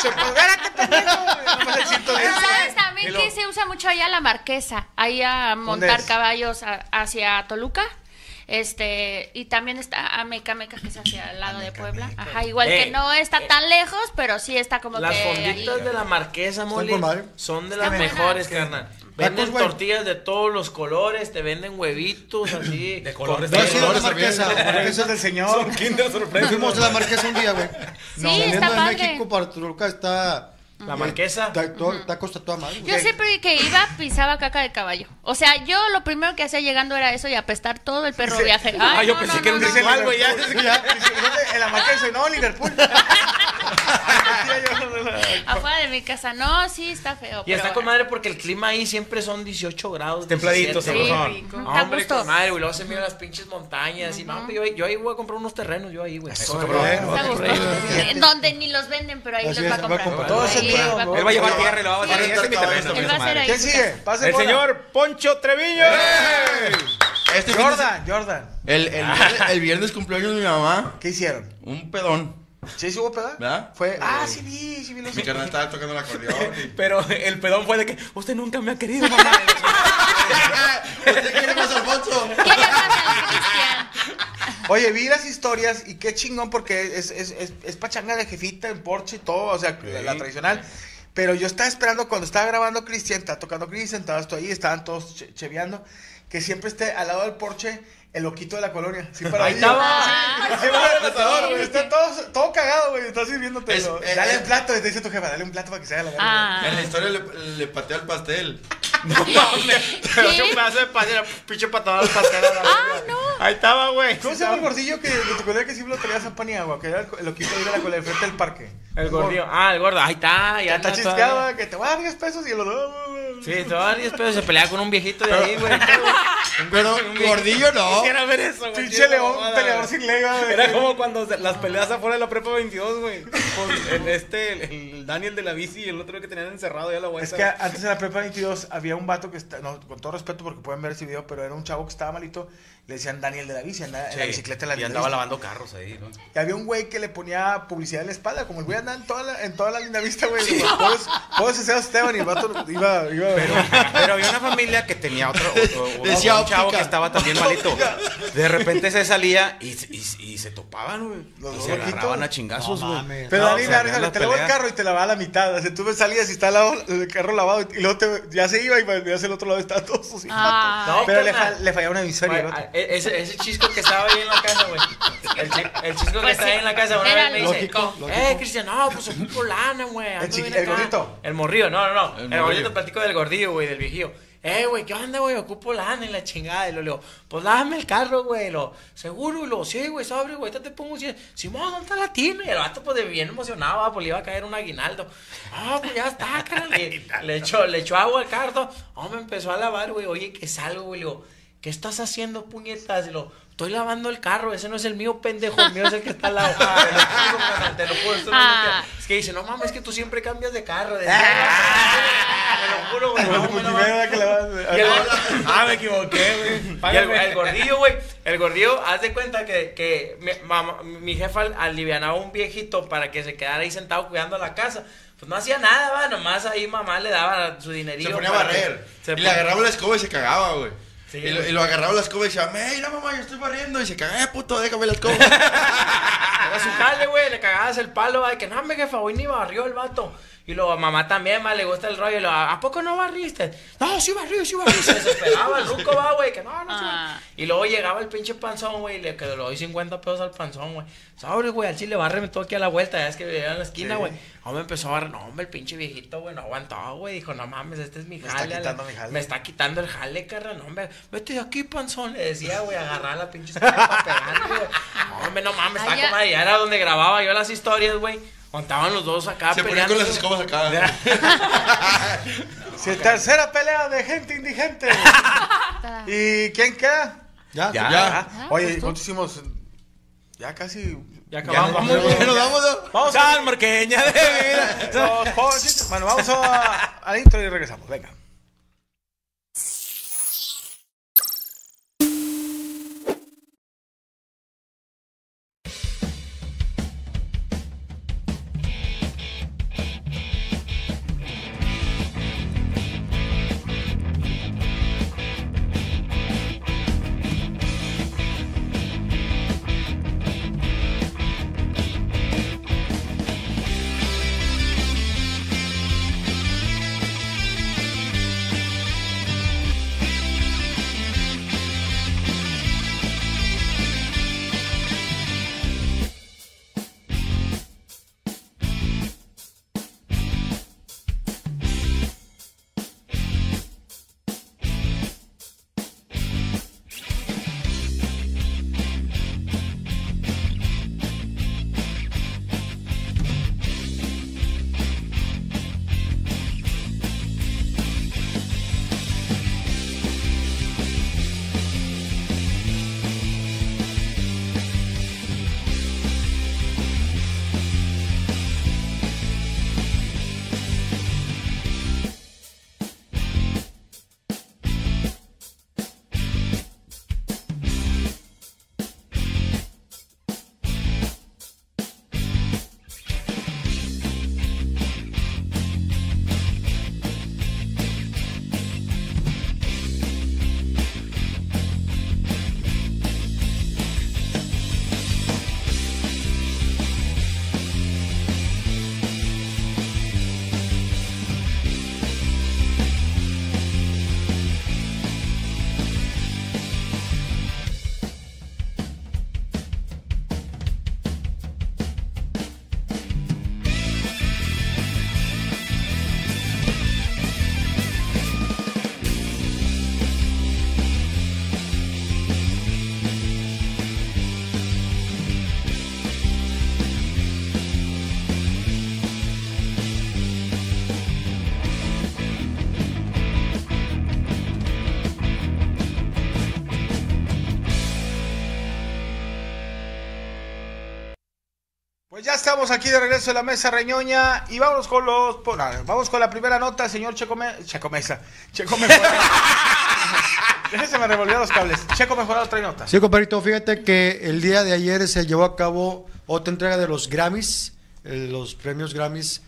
S2: Se colgara, que pendejo. güey. Nomás el
S4: Pero
S2: 110.
S4: Ah, sabes
S2: Y
S4: también
S2: lo-
S4: que se usa mucho allá la marquesa, ahí a montar
S2: es?
S4: caballos a- hacia Toluca. Este, y también está Ameca Meca, que es hacia el lado de Puebla. Ajá, igual
S6: Eh,
S4: que no está tan lejos, pero sí está como
S6: Las
S4: que ahí.
S6: fonditas de la marquesa, Molly,
S9: con madre.
S6: son de las
S4: buenas.
S6: mejores, carnal. Venden
S9: güey.
S6: tortillas de todos los colores, te venden huevitos así. De
S3: colores.
S9: Yo he sido a la marquesa, la marquesa
S2: del señor.
S3: Son Kinder sorpresa.
S9: Fuimos a la marquesa un día, güey.
S4: Sí,
S9: Saliendo
S4: está
S9: de
S4: padre.
S9: México para Toluca está.
S6: La marquesa.
S9: Tacos a toda madre.
S4: Yo siempre que iba pisaba caca de caballo. O sea, yo lo primero que hacía llegando era eso y apestar todo el perro viaje. Ay,
S3: Ah, yo
S4: no,
S3: pensé
S4: no,
S3: que era un
S4: no, no.
S3: ritual, güey. Ya.
S2: En la macro dice, no, Liverpool.
S4: Afuera de mi casa. No, sí, está feo.
S6: Y
S4: pero eh,
S6: está con
S4: bueno.
S6: madre porque el clima ahí siempre son 18 grados.
S3: Templadito,
S6: 17.
S3: sabrosón.
S4: Sí, rico.
S6: No,
S4: Está a
S6: hombre,
S4: gusto.
S6: con madre, güey. Luego se miran las pinches montañas. Y no, yo, yo ahí voy a comprar unos terrenos, yo ahí, güey. Sobre.
S4: Está a gusto. Eh, Donde ni los venden, pero ahí
S6: Así
S4: los
S6: es,
S4: va a
S6: va a
S4: comprar.
S6: comprar. Todo
S4: Ahí
S6: sentido,
S4: va a
S6: ¿no?
S4: comprar.
S3: Él va a llevar tierra y lo va a
S7: Sí,
S3: batir. Ese es mi
S7: está
S3: terreno.
S7: bien,
S3: esa
S4: está
S3: madre.
S4: bien.
S2: ¿Quién sigue? Pase
S3: El
S2: bola.
S3: señor Poncho Treviño.
S7: Este fin de
S2: Jordan, Jordan.
S7: El, el, viernes, el viernes cumpleaños de mi mamá.
S2: ¿Qué hicieron?
S7: Un pedón.
S2: Sí, sí hubo pedal.
S7: ¿Verdad?
S2: Fue, ah, sí vi, sí vi los
S7: Mi carnal estaba tocando el acordeón.
S3: Pero el pedón fue de que usted nunca me ha querido, mamá.
S7: ¿Usted quiere más Alfonso?
S2: Oye, vi las historias y qué chingón porque es, es, es, es pachanga de jefita en Porsche y todo, o sea, la, la tradicional. Pero yo estaba esperando cuando estaba grabando Cristian, estaba tocando Cristian, estabas tú ahí, estaban todos che- cheveando, que siempre esté al lado del Porsche el loquito de la colonia. Sí, para
S3: Ahí estaba.
S2: Sí,
S3: Ah,
S2: sí,
S3: sí.
S2: para el asador, güey, Está todo, todo cagado, güey, está sirviéndote.
S7: Es-
S2: ¿no?
S7: eh,
S2: dale
S7: eh.
S2: un plato, te dice tu jefa, dale un plato para que se haga la verga.
S4: Ah.
S7: En la historia le, le pateó al pastel.
S10: Hace un pedazo de pastel, pinche patada al pastel. ¡Ah, no! Ahí estaba, güey.
S2: ¿Cómo se llama el gordillo que de tu colega que siempre lo traía a pan y agua? Que era el, lo quito ir a la cola de frente del parque.
S10: El gordillo. Ah, el gordo. Ahí está, ya
S2: Está
S10: está.
S2: chisqueado, güey, que te voy a dar 10 pesos y el otro.
S10: Sí, te va a dar 10 pesos. Se pelea con un viejito de ahí, güey.
S7: Pero
S3: gordillo no.
S10: Quisiera ver eso, güey.
S2: Pinche león,
S3: mamada,
S2: peleador
S3: güey.
S2: sin ley, güey.
S3: Era como cuando se- las peleas afuera de la prepa 22, güey. Con el, este, el, el Daniel de la bici y el otro que tenían encerrado ya la voy a
S2: Es que antes en la prepa 22 había un vato que, está, no, con todo respeto porque pueden ver ese video, pero era un chavo que estaba malito, le decían Daniel de la bici, andaba en la bicicleta de la
S3: Y andaba lavando carros ahí, ¿no?
S2: Y había un güey que le ponía publicidad en la espalda, como el güey andaba en toda la, en toda la linda vista, güey. Todos, todos ese Esteban y el vato iba, iba
S10: Pero había una familia que tenía otro, o- o-
S3: Decía
S10: un chavo
S3: óptica.
S10: que estaba también malito. De repente se salía y, se- y se- y se topaban, güey.
S2: Los
S10: Y
S2: dos
S10: se
S2: loquitos.
S10: agarraban a chingazos, güey.
S2: Pero
S10: No,
S2: Dani,
S10: se
S2: la
S10: agarran
S2: risa,
S10: las
S2: te lavó el
S10: peleas.
S2: carro y te lavaba la mitad. O sea, tú salías y está al lado el carro lavado y luego te- ya se iba y veías el otro lado estaba todo sucio.
S6: Ah. No,
S2: pero le,
S6: carnal.
S2: fa- le fallaba una hemisferio.
S6: Güey,
S2: ¿no?
S6: a- e- ese, ese chisco que estaba ahí en la casa, güey. El, chi- el chisco que
S2: Pues
S6: estaba
S2: sí,
S6: ahí en la casa, una
S2: era
S6: vez me dice,
S2: lógico,
S6: eh,
S2: lógico.
S6: Cristian, no, pues ocupo lana, güey. ando
S2: chiqui-
S6: bien
S2: el
S6: acá".
S2: gordito.
S6: El morrillo, no, no, no. El,
S2: morrillo.
S6: gordito te platico del gordillo, güey, del viejillo. Eh, güey, ¿qué onda, güey? Ocupo lana y la chingada. Y lo leo, pues dame el carro, güey. Lo, seguro, y lo, sí, güey, sobre, güey, ahorita te pongo un 100. Simón, ¿dónde está la tina? Y el vato, pues, de bien emocionado, ah, pues le iba a caer un aguinaldo. Ah, pues ya está, carnal. Le, le echó, le echó agua al carro. Oh, me empezó a lavar, güey. Oye, que salgo, güey. Le digo, ¿qué estás haciendo, puñetas? Y lo, estoy lavando el carro. Ese no es el mío, pendejo. El mío es el que está al lado. Ah, te lo juro, carnal, te lo juro,
S3: pues,
S6: esto no es
S4: Ah.
S6: mentira. Es que dice, no mames, es que tú siempre cambias de carro. De te lo juro, güey. no, güey, no mames. Y el-
S10: Ah, me equivoqué, güey. Y el, el gordillo, güey. El gordillo, haz de cuenta que, que mi, mamá- mi jefa al- alivianaba a un viejito para que se quedara ahí sentado cuidando la casa. Pues no hacía nada, va. Nomás ahí mamá le daba su dinerillo.
S7: Se ponía a
S10: para que-
S7: barrer.
S10: se
S7: y le
S10: pon-
S7: agarraba la escoba y se cagaba, güey.
S10: Sí,
S7: y, lo,
S10: güey.
S7: y lo agarraba la escoba y decía, mira mamá, yo estoy barriendo. Y se cagaba, eh, puto, déjame la escoba.
S10: Era su jale, güey, le cagabas el palo, va, de que no, me jefa, hoy ni barrió el vato. Y luego a mamá también, va, le gusta el rollo, y lo, ¿a poco no barriste? No, sí barrí, sí barrí, se desesperaba el ruco, va, güey, que no, no, sí barrí. Y luego llegaba el pinche panzón, güey, y le, que le doy 50 pesos al panzón, güey. Sobre, güey, al chile barre, me todo aquí a la vuelta, ya es que vivía en la esquina,
S6: Sí.
S10: güey. Hombre, empezó a barrer, no, hombre, el pinche viejito, güey, no aguantó, güey, dijo, no mames, este es mi
S2: está
S10: jale. a la-
S2: quitando mi jale.
S10: Me está quitando el jale, carnal, no, hombre, vete de aquí, panzón, le decía, güey, agarrar la pinche escoba para pegarle, güey. No, hombre, no mames, está
S6: Ay, ya.
S10: comadre, ya era donde grababa yo las historias, güey. Contaban los dos acá
S7: Se ponía
S10: peleando.
S7: con las escobas acá. güey.
S2: Si el tercera pelea de gente indigente. ¿Y quién queda? Ya,
S7: Ya.
S6: Ah,
S2: Oye,
S6: pues tú.
S2: ¿cuántos hicimos? Ya casi. Ya
S3: acabamos. Vamos, ya nos vamos,
S2: Vamos a marqueña de vida. bueno, vamos a, al intro y regresamos. Venga.
S8: Thank
S2: Pues ya estamos aquí de regreso en la mesa reñoña y vamos con los po- no, vamos con la primera nota, señor Checo Me- Checo Mesa. Checo Mejorado. Déjese me revolver los cables. Checo Mejorado trae notas.
S1: Sí, compadrito, fíjate que el día de ayer se llevó a cabo otra entrega de los Grammys, eh, los premios Grammys,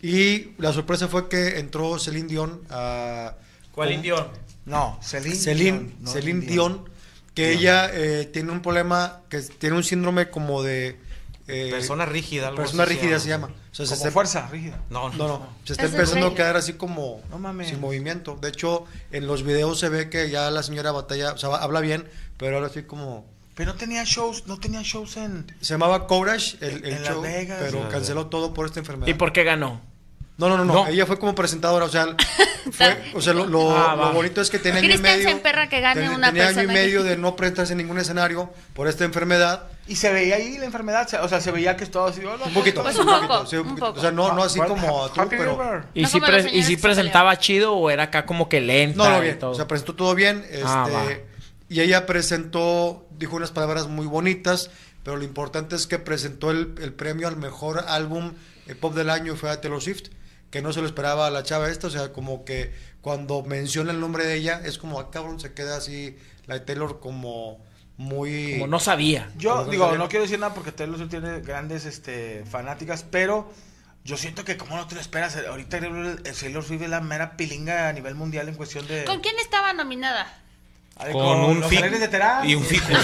S1: y la sorpresa fue que entró Celine Dion a...
S6: ¿Cuál
S1: con-
S6: indio?
S2: No, Celine.
S1: Celine,
S2: Dion, no
S1: Celine
S2: Dion.
S1: Dion, que ella eh, tiene un problema, que es- tiene un síndrome como de... eh,
S11: Persona rígida, algo
S1: Persona
S11: así se
S1: rígida se
S11: llama.
S1: llama. O sea, se
S11: Como
S1: está-
S11: fuerza rígida.
S1: No,
S11: No,
S1: no.
S11: no, no.
S1: Se está
S11: Es el
S1: empezando a
S11: trailer.
S1: quedar así como sin movimiento. De hecho, en los videos se ve que ya la señora batalla, o sea, va- habla bien, pero ahora sí como...
S2: Pero no tenía shows, no tenía shows en
S1: Se llamaba Courage el, el
S2: En Las
S1: show,
S2: Vegas.
S1: pero
S2: Las
S1: canceló todo por esta enfermedad.
S10: ¿Y por qué ganó?
S1: No, no, no, no, Ella fue como presentadora, o sea, fue- o sea lo, lo-
S10: Ah,
S1: lo
S10: va.
S1: bonito es que tenía año y
S4: Cristian se
S1: medio,
S4: emperra que gane
S1: ten-
S4: una
S1: tenía
S4: persona.
S1: año y medio
S4: que-
S1: de no presentarse en ningún escenario por esta enfermedad.
S2: Y se veía ahí la enfermedad, se- o sea, se veía que estaba así. hola.
S1: Un poquito,
S2: Pues
S1: un
S2: un
S1: poquito,
S2: poco,
S1: sí, un
S2: un
S1: poquito.
S2: poco.
S1: O sea, no, no
S10: Ah,
S1: así
S2: Happy
S1: como tú,
S2: Happy
S1: pero...
S2: River.
S10: ¿Y si, pre- y si presentaba chido o era acá como que lenta?
S1: No, no,
S10: y
S1: bien.
S10: todo?
S1: O sea, presentó todo bien. Este,
S10: Ah, va.
S1: y ella presentó, dijo unas palabras muy bonitas, pero lo importante es que presentó el, el premio al mejor álbum eh, pop del año y fue a Taylor Swift, que no se lo esperaba a la chava esta. O sea, como que cuando menciona el nombre de ella, es como, ah, cabrón, se queda así la de Taylor como muy.
S7: pues,
S10: Como no sabía.
S2: Yo
S11: Pues
S1: Como
S2: digo,
S1: sabía.
S2: no quiero decir nada porque Taylor Swift tiene grandes este, fanáticas, pero yo siento que como no te lo esperas, ahorita Taylor eh, Taylor Swift es la mera pilinga a nivel mundial en cuestión de...
S4: ¿Con quién estaba nominada?
S2: Ay,
S11: Con un
S2: los
S11: fic-
S2: alegres de Terán.
S11: y un ficus.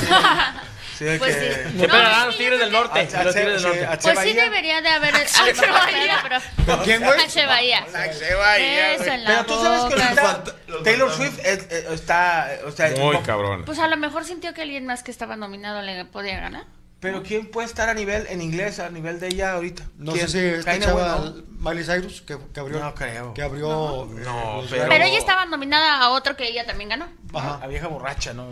S2: Sí, de
S4: Pues
S2: que-
S10: Sí, pero eran los Tigres del Norte.
S2: A- a-
S10: los Tigres del
S2: sí,
S10: Norte.
S2: a-
S4: Pues sí
S2: Bahía.
S4: debería de haber. a lo mejor Bahía, pero-
S1: ¿Con quién, güey?
S4: H. Bahía. Eso en la
S2: Pero tú sabes que
S4: boca.
S2: ahorita Taylor Swift es- eh, está... eh, O sea,
S11: Muy
S2: no-
S11: cabrón.
S4: Pues a lo mejor sintió que alguien más que estaba nominado le podía ganar.
S2: Pero ¿quién puede estar a nivel, en inglés, a nivel de ella ahorita?
S1: No
S2: ¿Quién?
S1: sé si esta
S2: Kanye
S1: chava,
S2: West, ¿no?
S1: Miley Cyrus, que, que abrió.
S2: No creo.
S1: Que abrió. eh,
S11: No,
S1: los
S11: pero-
S4: Pero ella estaba nominada a otro que ella también ganó.
S1: Ajá.
S2: La vieja borracha, ¿no?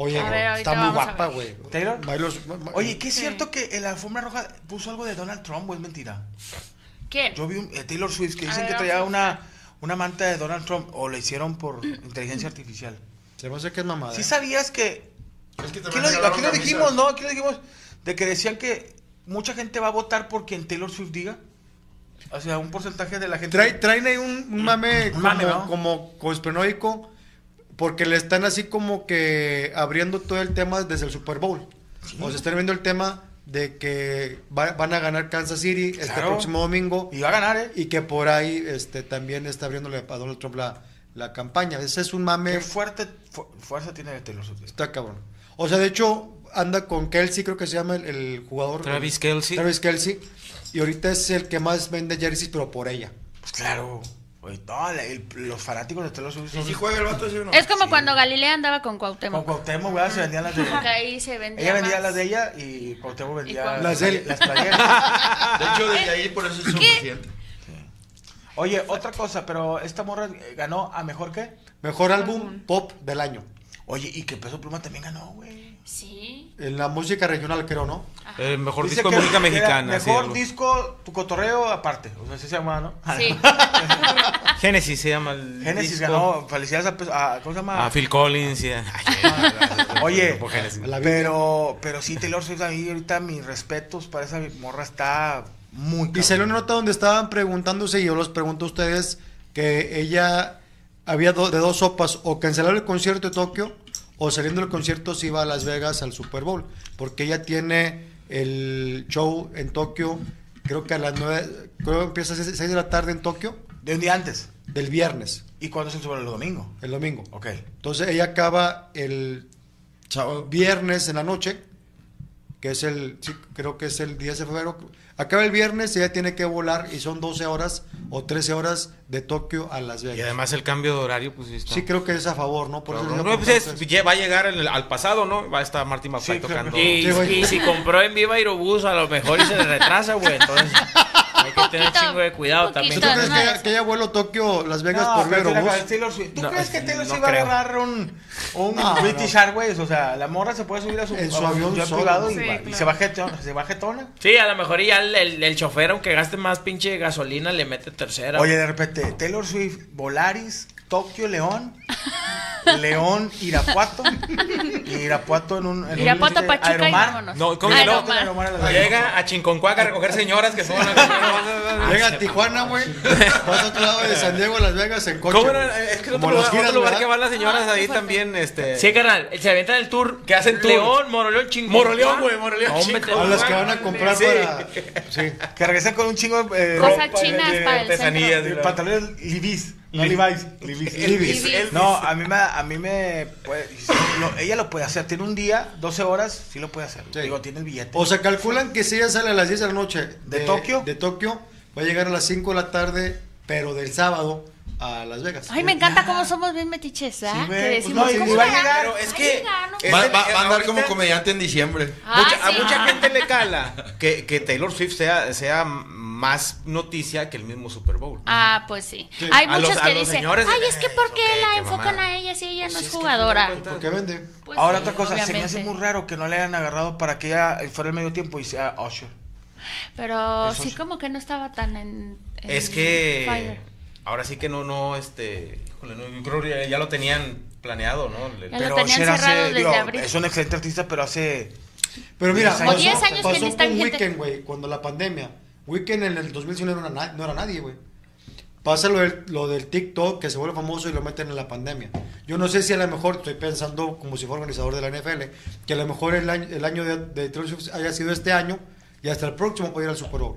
S1: Oye,
S4: A
S1: güey,
S4: ver, ahorita
S1: está muy
S4: vamos a
S1: guapa,
S4: ver.
S1: güey.
S2: ¿Taylor?
S1: Miley- Ma-
S2: Oye, ¿qué es cierto que en la alfombra roja puso algo de Donald Trump o es mentira?
S4: ¿Quién?
S2: Yo vi un, eh, Taylor Swift que
S4: A
S2: dicen
S4: ver,
S2: que
S4: vamos
S2: traía
S4: a-
S2: una, una manta de Donald Trump o le hicieron por inteligencia artificial.
S1: Se me hace que es mamada.
S2: ¿Sí sabías que... Aquí lo,
S7: regalaron
S2: aquí lo
S7: camisas.
S2: dijimos, ¿no? Aquí lo dijimos de que decían que mucha gente va a votar por quien Taylor Swift diga. O sea, un porcentaje de la gente...
S1: Trae, traen ahí un, un mame, como,
S2: mame, ¿no?
S1: como conspiranoico, porque le están así como que abriendo todo el tema desde el Super Bowl. O sea, están viendo el tema de que va- van a ganar Kansas City este
S2: Claro.
S1: próximo domingo.
S2: Y va a ganar, ¿eh?
S1: Y que por ahí este, también está abriéndole a Donald Trump la, la campaña. Ese es un mame.
S2: Qué fuerte fu- fuerza tiene Taylor Swift.
S1: Está cabrón. O sea, de hecho, anda con Kelsey, creo que se llama el, el jugador.
S11: Travis
S1: Kelsey. Travis Kelsey. Y ahorita es el que más vende jerseys, pero por ella.
S2: Pues claro. Oye, no, la- el- los fanáticos de Taylor Swift son...
S7: si juega el vato, sí o no?
S4: Es como cuando Galilea andaba con Cuauhtémoc.
S2: Con Cuauhtémoc, ¿verdad? Se vendían las de...
S4: Porque ahí se vendía.
S2: Ella vendía
S4: más.
S2: las de ella y Cuauhtémoc vendía
S7: Cuauhtémoc.
S1: Las de él.
S2: las playeras.
S7: De hecho, desde ahí por eso es un presidente.
S2: Oye, otra cosa, pero esta morra eh, ganó a mejor qué?
S1: Mejor álbum pop del año.
S2: Oye, y que Peso Pluma también ganó, güey.
S4: Sí.
S1: En la música regional, creo, ¿no?
S11: Eh, mejor
S2: Dice
S11: disco de
S2: que
S11: música
S2: era
S11: mexicana. así
S2: Mejor
S11: algo.
S2: disco, tu cotorreo aparte. O sea, así se llama, ¿no?
S4: Sí.
S11: Génesis se llama el.
S2: Génesis
S11: disco.
S2: ganó. Felicidades a, Peso- a- ¿Cómo se llama?
S11: A Phil Collins. y a-
S2: Oye,
S11: por Génesis.
S2: pero, pero sí, Taylor Swift a mí ahorita mis respetos para esa morra está muy
S1: Y salió una nota donde estaban preguntándose, y yo los pregunto a ustedes, que ella había do- de dos sopas, o cancelar el concierto de Tokio, o saliendo del concierto se iba a Las Vegas al Super Bowl, porque ella tiene el show en Tokio, creo que a las nueve, creo que empieza a las seis de la tarde en Tokio.
S2: ¿De un día antes?
S1: Del viernes,
S2: ¿Y cuándo es el Super Bowl? ¿El domingo?
S1: el domingo.
S2: Ok.
S1: Entonces ella acaba el viernes en la noche, que es el, sí, creo que es el 10 de febrero. Acaba el viernes y ella tiene que volar y son 12 horas o 13 horas de Tokio a Las Vegas.
S11: Y además el cambio de horario, pues sí está.
S1: sí, creo que es a favor, ¿no? Por eso
S11: Cabrón.
S1: yo
S11: No, pues,
S1: compré-
S11: es- ya va a llegar en el- al pasado, ¿no? Va a estar Marty McFly tocando.
S10: Y, y si compró en Viva Aerobús, a lo mejor y se le retrasa, güey. Entonces, hay que tener chingo de cuidado
S1: ¿Tú
S10: también.
S1: crees que, que ella vuelo Tokio Las Vegas
S2: No,
S1: por
S2: pero
S1: Vero
S2: tiene que haber Taylor Swift. ¿Tú
S1: No,
S2: crees que Taylor
S1: no
S2: Swift va a
S1: creo.
S2: agarrar un, un
S1: No,
S2: British Airways? O sea, la morra se puede subir a su,
S1: En
S2: a
S1: su avión sola.
S2: privado y,
S1: Sí,
S2: va- y
S1: claro.
S2: se, va jetona, se va jetona.
S10: Sí, a lo mejor y ya el, el- el chofer, aunque gaste más pinche gasolina, le mete tercera.
S2: Oye, de repente, Taylor Swift, Volaris, Tokio, León. León, Irapuato. y Irapuato en un. en un,
S4: Irapuato,
S2: este,
S4: Pachuca y
S2: Aeromar.
S4: vámonos. Ah,
S11: No, ¿cómo que no?
S4: Aeromar.
S2: Aeromar a la-
S11: Llega a Chinconcuac a recoger señoras que son.
S1: Llega a Tijuana, güey. Vas a otro lado de San Diego a Las Vegas en coche.
S11: ¿Cómo
S1: güey.
S11: era? Es que en
S1: Como
S11: otro lugar,
S1: las giras,
S11: otro lugar
S1: ¿verdad?
S11: que van las señoras
S4: Ah,
S11: ahí también, este.
S10: Sí, carnal, se avientan el tour.
S11: Que hacen tour.
S10: León, Moroleón, chingón.
S11: Moroleón, güey, Moroleón,
S10: No, hombre,
S11: chingón.
S10: te-
S11: A las que van
S1: a comprar
S2: Sí.
S1: para-
S2: Sí. Que regresan con un chingo de eh,
S4: Cosas
S2: ropa,
S4: chinas
S2: de- de
S4: para el
S2: artesanías, eh.
S4: centro.
S2: de pantalones Levi's, no
S11: Levi-
S2: Levi's, Levi's.
S11: Levi's. Levi's.
S2: No, a mí me, a mí me puede- lo- ella lo puede hacer, tiene un día, 12 horas, sí lo puede hacer. Digo, tiene el billete.
S1: O sea, calculan que si ella sale a las 10 de la noche
S2: ¿De Tokio?
S1: de Tokio, va a llegar a las 5 de la tarde, pero del sábado a Las Vegas.
S4: Ay, me encanta cómo somos bien metiches, ¿ah?
S1: Sí,
S4: que
S1: güey, pues
S4: decimos,
S1: no, y
S4: ¿cómo
S1: va a
S4: le hará?
S1: llegar,
S4: Ay,
S11: es que-
S4: mira, no
S11: es-
S7: Va,
S11: Ese-
S7: va- va a andar
S11: ahorita-
S7: como comediante en diciembre.
S4: Ah,
S11: Mucha-
S4: sí.
S11: A mucha gente le cala que, que Taylor Swift sea, sea más noticia que el mismo Super Bowl.
S4: Ah, pues sí.
S11: Sí.
S4: Hay
S11: A los-
S4: muchos
S11: a
S4: que
S11: los
S4: dicen,
S11: señores de-
S4: ay, es que ¿por qué
S11: Ok,
S4: la
S11: qué
S4: enfocan
S11: mamada.
S4: a ella si ella no
S11: Pues
S4: es
S11: es que
S4: jugadora?
S11: al final de
S1: Porque vende.
S4: Pues
S2: Ahora
S4: sí,
S2: otra cosa,
S4: obviamente.
S2: se me hace muy raro que no le hayan agarrado para que ella fuera el medio tiempo y sea Usher.
S4: Pero
S2: Eso
S4: sí
S2: sí.
S4: como que no estaba tan en... en
S11: Es que
S4: fire.
S11: ahora sí que no, no, este, híjole, no, yo creo que ya, ya lo tenían planeado, ¿no? El-
S4: Ya lo tenían cerrado desde abril.
S2: es un excelente artista, pero hace
S1: Pero mira,
S2: diez
S4: O
S11: Pues
S1: pasó,
S4: 10 años que
S1: pasó
S4: ni está
S1: con
S4: vigente.
S1: Weekend, güey, cuando la pandemia. Weekend en el 2000 no era, na- no era nadie, güey. Pasa lo del, lo del TikTok, que se vuelve famoso y lo meten en la pandemia. Yo no sé si a lo mejor, estoy pensando como si fuera organizador de la NFL, que a lo mejor el año, el año de, de Taylor Swift haya sido este año y hasta el próximo puede ir al Super Bowl.